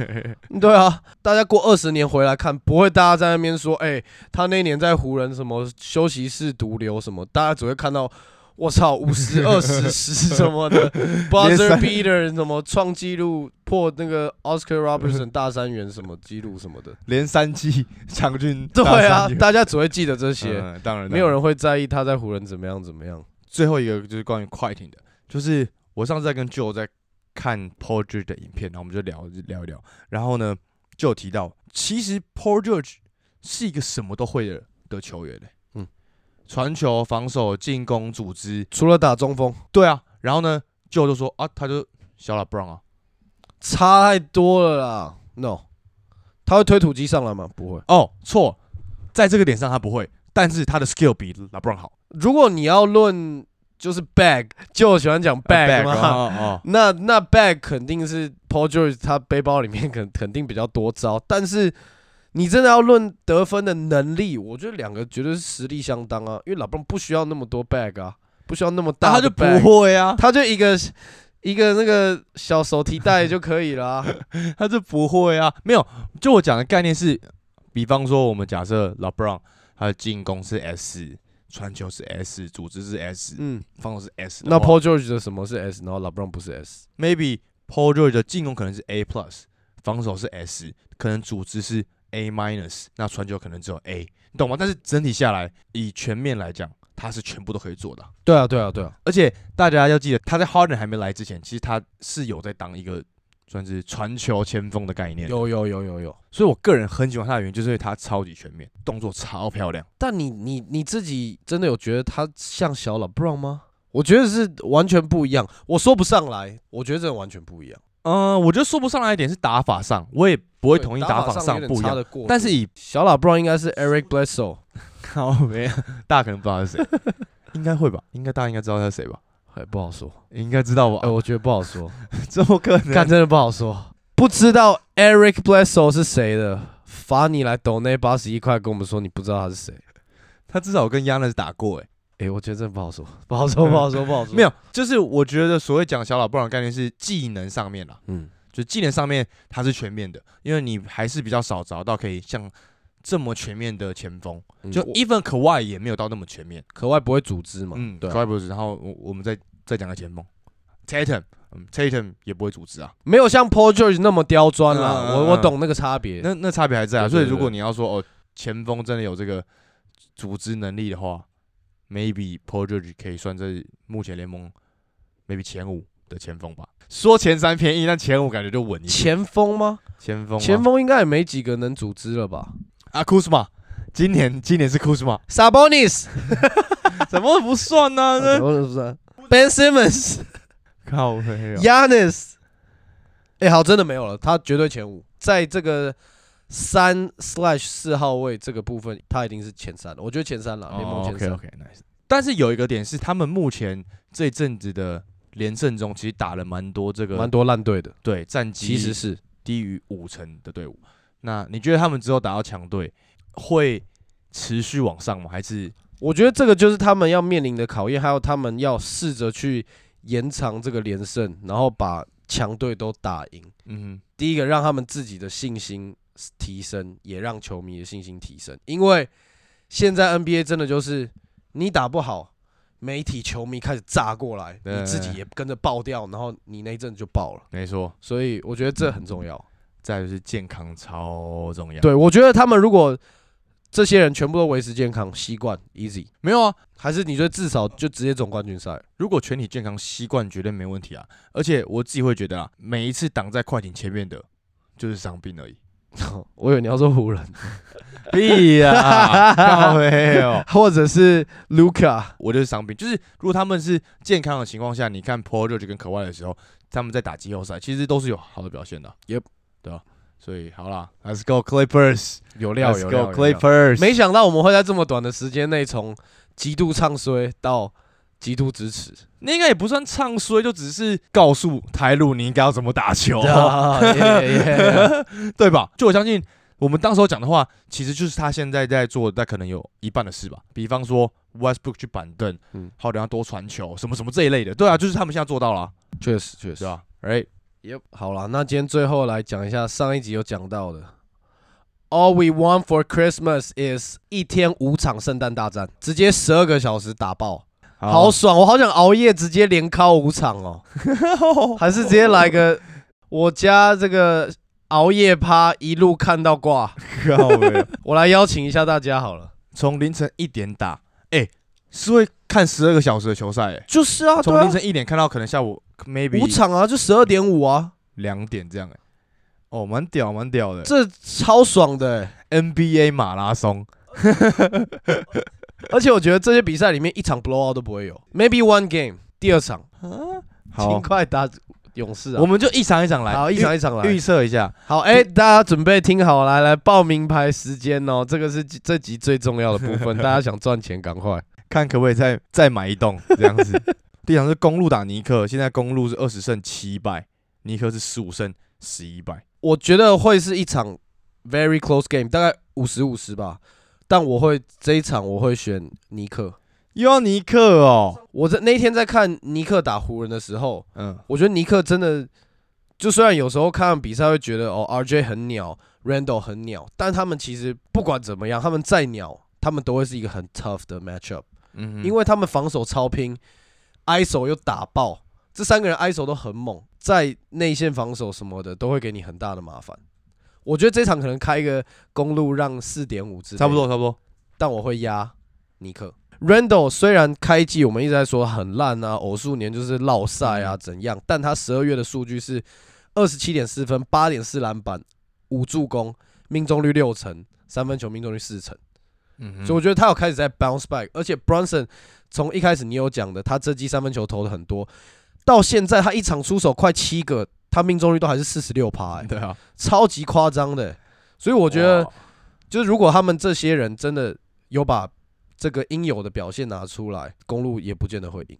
Speaker 2: (laughs) 对啊，大家过二十年回来看，不会大家在那边说，哎、他那年在湖人什么休息室毒瘤什么，大家只会看到，我操，五
Speaker 1: (laughs)
Speaker 2: 十二十十什么的，buzzer
Speaker 1: 三
Speaker 2: beater 什么创纪录破那个 Oscar
Speaker 1: (laughs)
Speaker 2: Robertson 大三元什么纪录什么的，
Speaker 1: (laughs) 连三季 (laughs) 场均
Speaker 2: 对啊，
Speaker 1: 大
Speaker 2: 大家只会记得这
Speaker 1: (laughs)
Speaker 2: 些，
Speaker 1: 嗯、当然
Speaker 2: 没有人会在意他在湖人怎么样怎么样。
Speaker 1: 最后一个就是关于快艇的，就是我上次在跟 Joe 在看 Paul George 的影片，然后我们就聊聊一聊，然后呢就有提到，其实 Paul George 是一个什么都会的的球员嘞、
Speaker 2: 嗯，
Speaker 1: 传球、防守、进攻、组织，
Speaker 2: 除了打中锋，
Speaker 1: 对啊，然后呢 Joe 就说啊，他就小拉 Brown 啊，
Speaker 2: 差太多了啦，no，他会推土机上来吗？不会。
Speaker 1: 哦错，在这个点上他不会，但是他的 skill 比拉 Brown 好
Speaker 2: 如果你要论就是 bag，就我喜欢讲啊 bag (laughs) 嘛。
Speaker 1: 哦哦，
Speaker 2: 那那 bag 肯定是 Paul George 他背包里面肯肯定比较多招，但是你真的要论得分的能力，我觉得两个绝对是实力相当啊，因为老布朗不需要那么多 bag 啊，不需要那么
Speaker 1: 但他
Speaker 2: 大的
Speaker 1: 就
Speaker 2: bag，
Speaker 1: 不会啊，
Speaker 2: 他就一个一个那个小手提袋就可以了、 (laughs) 啊。
Speaker 1: 他是不会啊，没有。就我讲的概念是，比方说我们假设 LeBron 他的进攻是 S，传球是 S，组织是 S，、
Speaker 2: 嗯，
Speaker 1: 防守是 S 的
Speaker 2: 那
Speaker 1: 话。
Speaker 2: Paul George 的什么啊是 S，然后老布朗不是 S，
Speaker 1: maybe Paul George 的进攻可能是 A plus，防守是 S，可能组织是 A minus，那传球可能只有 A，你懂吗？但是整体下来，以全面来讲，他是全部都可以做的啊。
Speaker 2: 对啊，对啊，对啊，
Speaker 1: 而且大家要记得，他在 Harden 还没来之前，其实他是有在当一个算是传球前锋的概念的。
Speaker 2: 有有有有有。
Speaker 1: 所以我个人很喜欢他的原因，就是因为他超级全面，动作超漂亮。
Speaker 2: 但你你你自己真的有觉得他像小老 Brown 吗？我觉得是完全不一样，我说不上来，我觉得真的完全不一样。
Speaker 1: 嗯，我觉得说不上来一点是打法上，我也不会同意打法上
Speaker 2: 有点
Speaker 1: 不一
Speaker 2: 差
Speaker 1: 样。
Speaker 2: 得过
Speaker 1: 但是以 (laughs)
Speaker 2: 小老 Brown 应该是 Eric Bledsoe，
Speaker 1: 好没有，大家可能不知道是谁，应该会吧？应该大家应该知道他是谁吧？
Speaker 2: 哎，不好说，
Speaker 1: 应该知道吧？
Speaker 2: 哎，我觉得不好说，
Speaker 1: (laughs) 怎么可
Speaker 2: 看
Speaker 1: 能？
Speaker 2: 真的不好说。不知道 Eric Bledsoe 是谁的，罚你来抖那八十一块，跟我们说你不知道他是谁。
Speaker 1: 他至少跟 Yanis 打过、欸，
Speaker 2: 哎，我觉得真的不好说，不好说，不好说，不好
Speaker 1: (laughs)
Speaker 2: 说。
Speaker 1: 没有，，就是我觉得所谓讲小老布朗的概念是技能上面啦，
Speaker 2: 嗯，
Speaker 1: 就技能上面他是全面的，因为你还是比较少找到可以像这么全面的前锋，就
Speaker 2: 就一
Speaker 1: even 可外也没有到那么全面。
Speaker 2: 嗯可外不会组织嘛，
Speaker 1: 嗯，
Speaker 2: 对啊
Speaker 1: c，r y b r s 然后我我们再再讲个前锋，Tatum，嗯，Tatum 也不会组织啊，
Speaker 2: 没有像 Paul George 那么刁钻啦，
Speaker 1: 嗯嗯嗯
Speaker 2: 我我懂那个差别。
Speaker 1: 那那差别还在啊。
Speaker 2: 对对
Speaker 1: 所以
Speaker 2: 对
Speaker 1: 如果你要说哦，前锋真的有这个组织能力的话，maybe p o r g e 可以算在目前联盟 maybe 前五的前锋吧。说前三便宜，但前五感觉就稳一点。
Speaker 2: 前锋吗？
Speaker 1: 前锋，
Speaker 2: 前，锋应啊该也没几个能组织了吧
Speaker 1: 啊，库斯马，今年今年是库斯马，
Speaker 2: (laughs) ？Sabonis，
Speaker 1: 怎么会不算 (laughs)
Speaker 2: 啊
Speaker 1: 呢？这
Speaker 2: 不是 Ben Simmons、
Speaker 1: 靠黑
Speaker 2: 哦
Speaker 1: 啊！
Speaker 2: Yanis，哎，好，真的没有了，他绝对前五，在这个三 slash 四号位这个部分，他一定是前三，我觉得前三了，联盟前
Speaker 1: OK
Speaker 2: 三。
Speaker 1: OK nice。但是有一个点是，他们目前这阵子的连胜中，其实打了蛮多这个
Speaker 2: 蛮多烂队的，
Speaker 1: 对战绩，
Speaker 2: 其实是
Speaker 1: 低于五成的队伍。那你觉得他们之后打到强队会持续往上吗？还是
Speaker 2: 我觉得这个就是他们要面临的考验，还有他们要试着去延长这个连胜，然后把强队都打赢。
Speaker 1: 嗯
Speaker 2: 第一个让他们自己的信心提升，也让球迷的信心提升，因为现在 NBA 真的就是你打不好，媒体、球迷开始炸过来，
Speaker 1: 对
Speaker 2: 你自己也跟着爆掉，然后你那一阵就爆了。
Speaker 1: 没错，
Speaker 2: 所以我觉得这很重要。
Speaker 1: 再来就是健康超重要。，
Speaker 2: 对，我觉得他们如果这些人全部都维持健康、习惯 easy，
Speaker 1: 没有啊。
Speaker 2: 还是你觉得至少就直接总冠军赛？
Speaker 1: 如果全体健康，习惯绝对没问题啊。而且我自己会觉得啊，每一次挡在快艇前面的，就是伤病而已。
Speaker 2: (laughs) 我以为你要说湖人，
Speaker 1: 屁
Speaker 2: 啊
Speaker 1: 呀， (laughs) 靠哦没有。
Speaker 2: 或者是卢卡，
Speaker 1: 我就是伤病。就是如果他们是健康的情况下，你看 p o r g e 跟 k a w 的时候，他们在打季后赛其实都是有好的表现的。
Speaker 2: Yep
Speaker 1: 对啊，所以好啦，Let's go Clippers，Let's
Speaker 2: 有
Speaker 1: go Clippers。
Speaker 2: 没想到我们会在这么短的时间内从极度唱衰到极度支 (laughs) 持，
Speaker 1: 那应该也不算唱衰，就只是告诉台路你应该要怎么打球，
Speaker 2: 啊
Speaker 1: (laughs)
Speaker 2: 哦
Speaker 1: 对吧？就我相信我们当时候讲的话，其实就是他现在在做，但可能有一半的事吧。比方说 Westbrook 去板凳，嗯
Speaker 2: 嗯，
Speaker 1: 好，等他多传球，什么什么这一类的，对啊，就是他们现在做到了啊，
Speaker 2: 确实确
Speaker 1: 是
Speaker 2: 实。
Speaker 1: 吧？Right，
Speaker 2: Yep，好了，那今天最后来讲一下上一集有讲到的。All we want for Christmas is 一天五场圣诞大战，直接十二个小时打爆，好 (laughs) 爽！我好想熬夜直接连敲五场 (laughs) 哦，还是直接来个我家这个熬夜趴，一路看到挂。
Speaker 1: 靠北
Speaker 2: 我来邀请一下大家好了。
Speaker 1: 从凌晨一点打，哎、是会看十二个小时的球赛、欸，
Speaker 2: 就是啊，
Speaker 1: 从、
Speaker 2: 对啊
Speaker 1: 凌晨一点看到可能下午 maybe
Speaker 2: 五场啊，就十二点五啊，
Speaker 1: 两点这样、欸，哦，蛮屌蛮屌的
Speaker 2: 这超爽的欸、
Speaker 1: ，NBA 马拉松，
Speaker 2: (laughs) 而且我觉得这些比赛里面一场 blowout 都不会有，maybe one game。第二场，
Speaker 1: 好
Speaker 2: 勤，快打勇士啊，
Speaker 1: 我们就一场一场来，
Speaker 2: 好一场一场
Speaker 1: 预预
Speaker 2: 来。
Speaker 1: 测一下，
Speaker 2: 好，哎、大家准备听好，来来报名牌时间哦，这个是这这集最重要的部 (laughs) 分，大家想赚钱赶快。
Speaker 1: 看可不可以再再买一栋这样
Speaker 2: (laughs)
Speaker 1: 子。第一场是公路打尼克，现在公路是二十胜七败，尼克是十五胜十一败，
Speaker 2: 我觉得会是一场 very close game，大概五十五十吧，但我会这一场我会选尼克。
Speaker 1: 又要尼克哦，
Speaker 2: 我在那天在看尼克打湖人的时候，
Speaker 1: 嗯，
Speaker 2: 我觉得尼克真的，就虽然有时候看比赛会觉得哦，RJ 很鸟，Randall 很鸟，但他们其实不管怎么样，他们再鸟，他们都会是一个很 tough 的 matchup，、
Speaker 1: 嗯哼
Speaker 2: 因为他们防守超拼，ISO 又打爆，这三个人 ISO 都很猛，在内线防守什么的都会给你很大的麻烦。我觉得这场可能开一个公路让四点五之，
Speaker 1: 差不多，差不多，
Speaker 2: 但我会压尼克。Randall 虽然开季我们一直在说很烂啊，偶数年就是落赛啊
Speaker 1: 嗯
Speaker 2: 怎样，但他十二月的数据是二十七点四分、八点四篮板、五助攻，命中率六成，三分球命中率四成，
Speaker 1: 嗯
Speaker 2: 所以
Speaker 1: 哼，
Speaker 2: 我觉得他有开始在 bounce back。而且 Bronson 从一开始你有讲的，他这季三分球投的很多，到现在他一场出手快七个，他命中率都还是四十六趴，欸
Speaker 1: (laughs) 对啊，
Speaker 2: 超级夸张的、欸所以我
Speaker 1: 我
Speaker 2: 觉得。就是如果他们这些人真的有把这个应有的表现拿出来，公路也不见得会赢。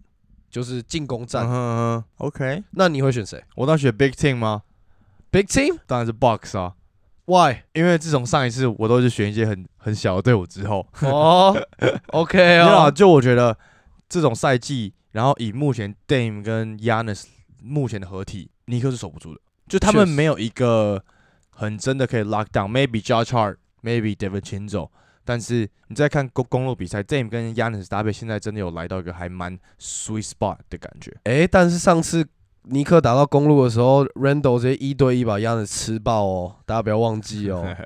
Speaker 2: 就是进攻
Speaker 1: 嗯
Speaker 2: 战，
Speaker 1: 哼嗯哼，OK，
Speaker 2: 那你会选谁
Speaker 1: 我当选 Big Team 吗？
Speaker 2: ？Big Team？Why？
Speaker 1: 当然是 Box 啊， (laughs) 因为自从上一次我都是选一些很很小的队伍之后，
Speaker 2: 哦、o k
Speaker 1: 没有啊，
Speaker 2: 哦，
Speaker 1: 就我觉得这种赛季，然后以目前 Dame 跟 Yanis 目前的合体，尼克是守不住的，就他们
Speaker 2: 确实
Speaker 1: 没有一个很真的可以 lock down，maybe Josh Hart，maybe Devin c h i n z o 但是你再看公公路比赛，Dame 跟 Yanis 搭配，现在真的有来到一个还蛮 sweet spot 的感觉。
Speaker 2: 哎、但是上次尼克打到公路的时候，Randall 直接一对一把亚尼斯吃爆哦，大家不要忘记 (laughs) 哦，
Speaker 1: (laughs)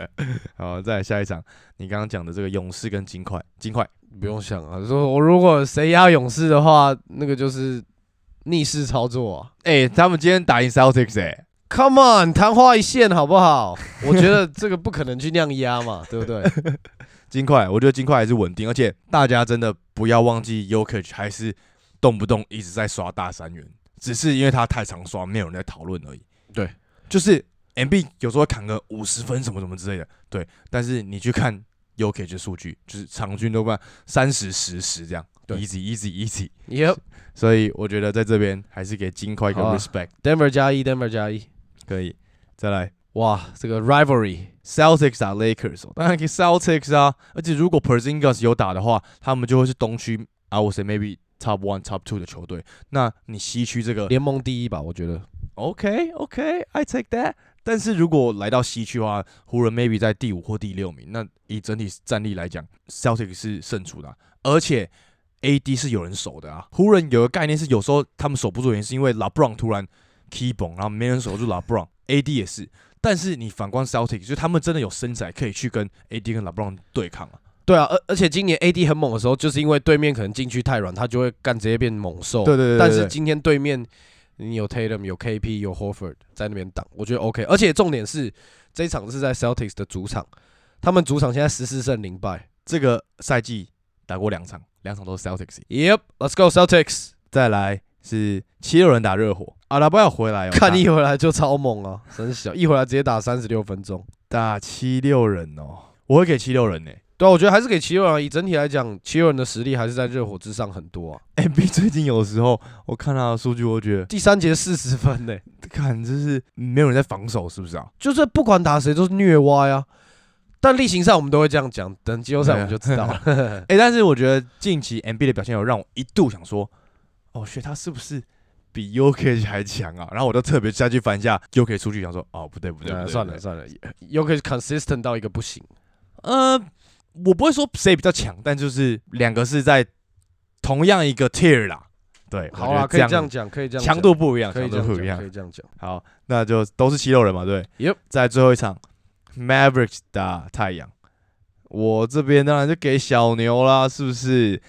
Speaker 1: 好，再来下一场，你刚刚讲的这个勇士跟金块，金块
Speaker 2: 不用想啊。说我如果谁压勇士的话，那个就是逆势操作啊。
Speaker 1: 哎、他们今天打赢 Celtics 哎、
Speaker 2: Come on，昙花一现好不好？我觉得这个不可能去那样压嘛，对不对？ (laughs)
Speaker 1: 金块，我觉得金块还是稳定，而且大家真的不要忘记 y o k i c 还是动不动一直在刷大三元，只是因为他太常刷，没有人在讨论而已。
Speaker 2: 对，
Speaker 1: 就是 MB 有时候会砍个五十分什么什么之类的，对，但是你去看 y o k i c 的数据，就是场均都办三十十十这样
Speaker 2: 对
Speaker 1: ，easy easy easy，
Speaker 2: Yep，Denver
Speaker 1: 所以我觉得在这边还是给金块一个
Speaker 2: 好啊
Speaker 1: respect，、
Speaker 2: 加一，Denver 加一，
Speaker 1: 可以再来。
Speaker 2: 哇，这个 rivalry
Speaker 1: Celtics 打 Lakers，哦当然可以 Celtics 啊，而且如果 Porzingis 有打的话，他们就会是东区，I would say maybe top one、top two 的球队。那你西区这个
Speaker 2: 联盟第一吧，我觉得。
Speaker 1: ，OK OK，I、take that。但是如果来到西区的话，湖人 maybe 在第五或第六名，那以整体战力来讲，Celtics 是胜出的啊、而且 AD 是有人守的啊。湖人有个概念是，有时候他们守不住，原因是因为 LeBron 突然 key 崩，然后没人守住 LeBron，AD 也是。但是你反观 Celtics，就是他们真的有身材可以去跟 AD 跟 LeBron 对抗啊。
Speaker 2: 对啊，而而且今年 AD 很猛的时候，就是因为对面可能禁区太软，他就会干直接变猛兽。
Speaker 1: 对对对对
Speaker 2: 但
Speaker 1: 对
Speaker 2: 是今天对面你有 Tatum、有 KP、有 Horford 在那边挡，我觉得 OK。而且重点是这一场是在 Celtics 的主场，他们主场现在十四胜零败。
Speaker 1: 这个赛季打过两场，两场都是 Celtics 赢。
Speaker 2: Yep，Let's
Speaker 1: (laughs)
Speaker 2: go Celtics！
Speaker 1: 再来是七六人打热火，阿拉巴要回来哦，
Speaker 2: 看
Speaker 1: 打
Speaker 2: 一回来就超猛啊，真小！一回来直接打三十六分钟。
Speaker 1: 打七六人哦，我会给七六人呢、 (laughs)
Speaker 2: 对啊，我觉得还是给奇尔以整体来讲，奇尔的实力还是在热火之上很多啊。
Speaker 1: M B 最近有时候我看他的数据，我觉得
Speaker 2: 第三节四十分呢、
Speaker 1: 看就是没有人在防守，是不是啊？
Speaker 2: 就是不管打谁都是虐歪啊。但例行赛我们都会这样讲，等季后赛我们就知道了。
Speaker 1: 哎、但是我觉得近期 M B 的表现有让我一度想说，哦，学他是不是比 U K 还强啊？然后我就特别下去翻一下 U K 数据，想说，哦，不对 (laughs) 不对，不对
Speaker 2: 啊 (laughs) 算了，算了，又可以 consistent 到一个不行。
Speaker 1: 不对呃，我不会说谁比较强，但就是两个是在同样一个 tier 啦。对，我
Speaker 2: 好
Speaker 1: 觉
Speaker 2: 啦，
Speaker 1: 得
Speaker 2: 可以这样讲，可以这样讲
Speaker 1: 强度不一样，
Speaker 2: 可以
Speaker 1: 强
Speaker 2: 这
Speaker 1: 度
Speaker 2: 样
Speaker 1: 不一
Speaker 2: 讲，
Speaker 1: 样
Speaker 2: 可。以这样讲。
Speaker 1: 好，那就都是七六人嘛，对。
Speaker 2: Yep
Speaker 1: 在最后一场，Mavericks 打太阳，我这边当然就给小牛啦，是不是？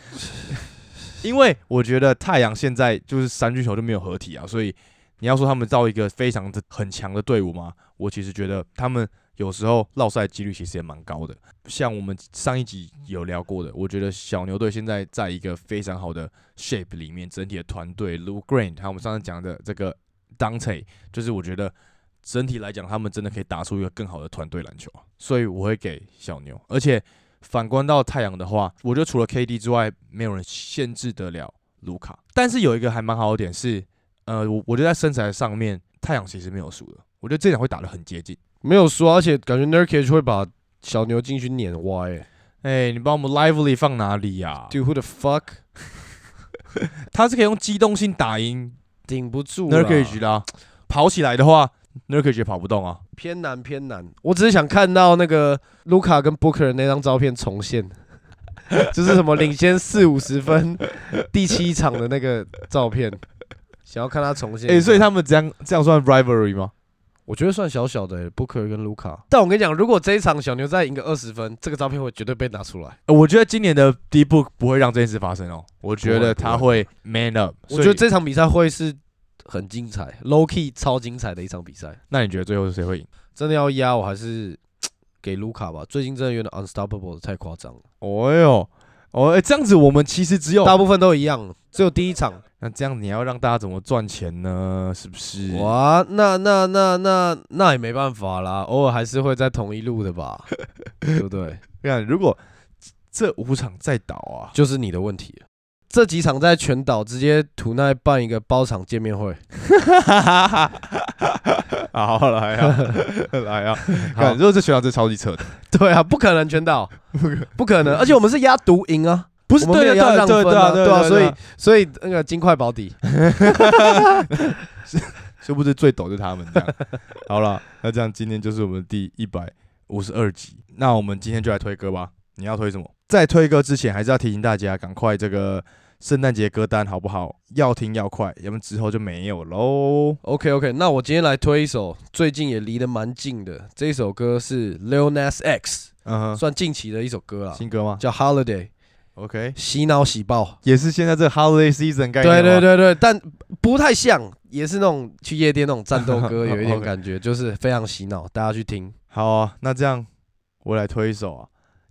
Speaker 1: 因为我觉得太阳现在就是三巨头就没有合体啊，所以你要说他们到一个非常的很强的队伍嘛，我其实觉得他们有时候落赛几率其实也蛮高的。像我们上一集有聊过的，我觉得小牛队现在在一个非常好的 shape 里面，整体的团队 Lou Green，还有我们上次讲的这个 Dante，就是我觉得整体来讲，他们真的可以打出一个更好的团队篮球啊，所以我会给小牛。而且反观到太阳的话，我觉得除了 KD 之外，没有人限制得了卢卡。但是有一个还蛮好的点是，呃，我我觉得在身材上面，太阳其实没有输的。我觉得这场会打得很接近。
Speaker 2: 没有说，而且感觉 Nurkic 会把小牛进去碾歪、欸。
Speaker 1: 哎、你把我们 Lively 放哪里呀、
Speaker 2: Dude, who the fuck？
Speaker 1: 他是可以用机动性打赢
Speaker 2: 顶不住啦
Speaker 1: Nurkic 的、啊，跑起来的话，Nurkic 也跑不动啊。
Speaker 2: 偏难偏难。我只是想看到那个卢卡跟 Booker 的那张照片重现， (laughs) 就是什么领先四五十分 (laughs) 第七场的那个照片，想要看他重现。
Speaker 1: 哎、所以他们这样这样算 rivalry 吗？
Speaker 2: 我觉得算小小的、欸、Booker 跟卢卡。但我跟你讲，如果这一场小牛再赢个二十分，这个照片会绝对被拿出来。
Speaker 1: 呃我觉得今年的 D Book 不会让这件事发生哦，我觉得他会 man up。
Speaker 2: 我
Speaker 1: 所以
Speaker 2: 觉得，这场比赛会是很精彩，low key 超精彩的一场比赛。
Speaker 1: 那你觉得最后是谁会赢？
Speaker 2: 真的要压，我还是给卢卡吧。最近真的有点 unstoppable，太夸张了。
Speaker 1: 哦哟，哦，哎这样子我们其实只有
Speaker 2: 大部分都一样，只有第一场
Speaker 1: 那这样你要让大家怎么赚钱呢？是不是？
Speaker 2: 哇，那那那那那也没办法啦，偶尔还是会在同一路
Speaker 1: (laughs)
Speaker 2: 的吧，对不对？
Speaker 1: 看如果这五场再倒 (laughs) 啊，
Speaker 2: 就是你的问题了。这几场在全岛直接土奈办一个包场见
Speaker 1: (laughs)
Speaker 2: 面会，
Speaker 1: 好来啊 (laughs) 来啊！看，
Speaker 2: 好
Speaker 1: 如果这学长这超级扯的，
Speaker 2: 对啊，不可能全岛，不
Speaker 1: (laughs)
Speaker 2: 可能，而且我们是压独赢啊，
Speaker 1: 不
Speaker 2: 我们没有
Speaker 1: 对
Speaker 2: 要让
Speaker 1: 对
Speaker 2: 分啊，
Speaker 1: 对
Speaker 2: 对啊，所以所以那个金块保底，
Speaker 1: 殊不知最抖就是他们这样。 (laughs) 好了，那这样今天就是我们第一百五十二集，那我们今天就来推歌吧。你要推什么？在推歌之前，还是要提醒大家赶快这个圣诞节歌单好不好？要听要快，要不然之后就没有喽。
Speaker 2: OK OK，那我今天来推一首最近也离得蛮近的，这一首歌是 Lil Nas X，、
Speaker 1: 嗯哼，
Speaker 2: 算近期的一首歌啦，
Speaker 1: 新歌吗
Speaker 2: 叫 Holiday，
Speaker 1: ？OK，
Speaker 2: 洗脑洗爆。
Speaker 1: 也是现在这个 holiday season 概念
Speaker 2: 对
Speaker 1: 吗。
Speaker 2: 对对对，但不太像，也是那种去夜店那种战斗歌， (laughs) 有一点
Speaker 1: OK
Speaker 2: 感觉，就是非常洗脑，大家去 (laughs) 听。
Speaker 1: 好啊，那这样我来推一首啊，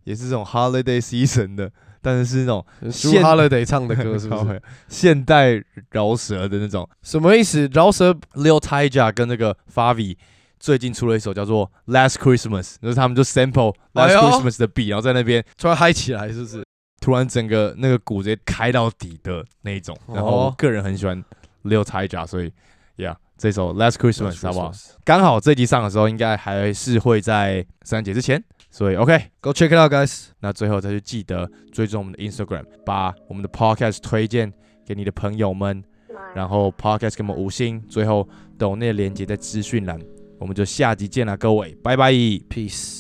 Speaker 1: 也是这种 holiday season 的，但是是那种
Speaker 2: 朱
Speaker 1: 现
Speaker 2: Holiday 唱的歌是
Speaker 1: (laughs) 靠
Speaker 2: 不是？
Speaker 1: 北现代饶舌的那种。
Speaker 2: 什么意思？饶舌
Speaker 1: Lil Tija 跟那个 Favi 最近出了一首叫做《Last Christmas》，就是他们就 sample
Speaker 2: 哎
Speaker 1: Last
Speaker 2: 呦
Speaker 1: Christmas 的 beat，然后在那边
Speaker 2: 突然嗨起来，是不是？
Speaker 1: 突然整个那个鼓直接开到底的那一种。然后我
Speaker 2: 哦
Speaker 1: 个人很喜欢 Lil Tija，所以呀，yeah, 这首《Last Christmas》好不好？
Speaker 2: ？Go
Speaker 1: 刚好这集上的时候，应该还是会在圣诞节之前，所以 OK。
Speaker 2: check it out, guys。
Speaker 1: 那最后再去记得追踪我们的 Instagram，把我们的 Podcast 推荐给你的朋友们，然后 Podcast 给我们五星，最后抖内连接在资讯栏，我们就下集见了，各位，拜拜。
Speaker 2: Peace。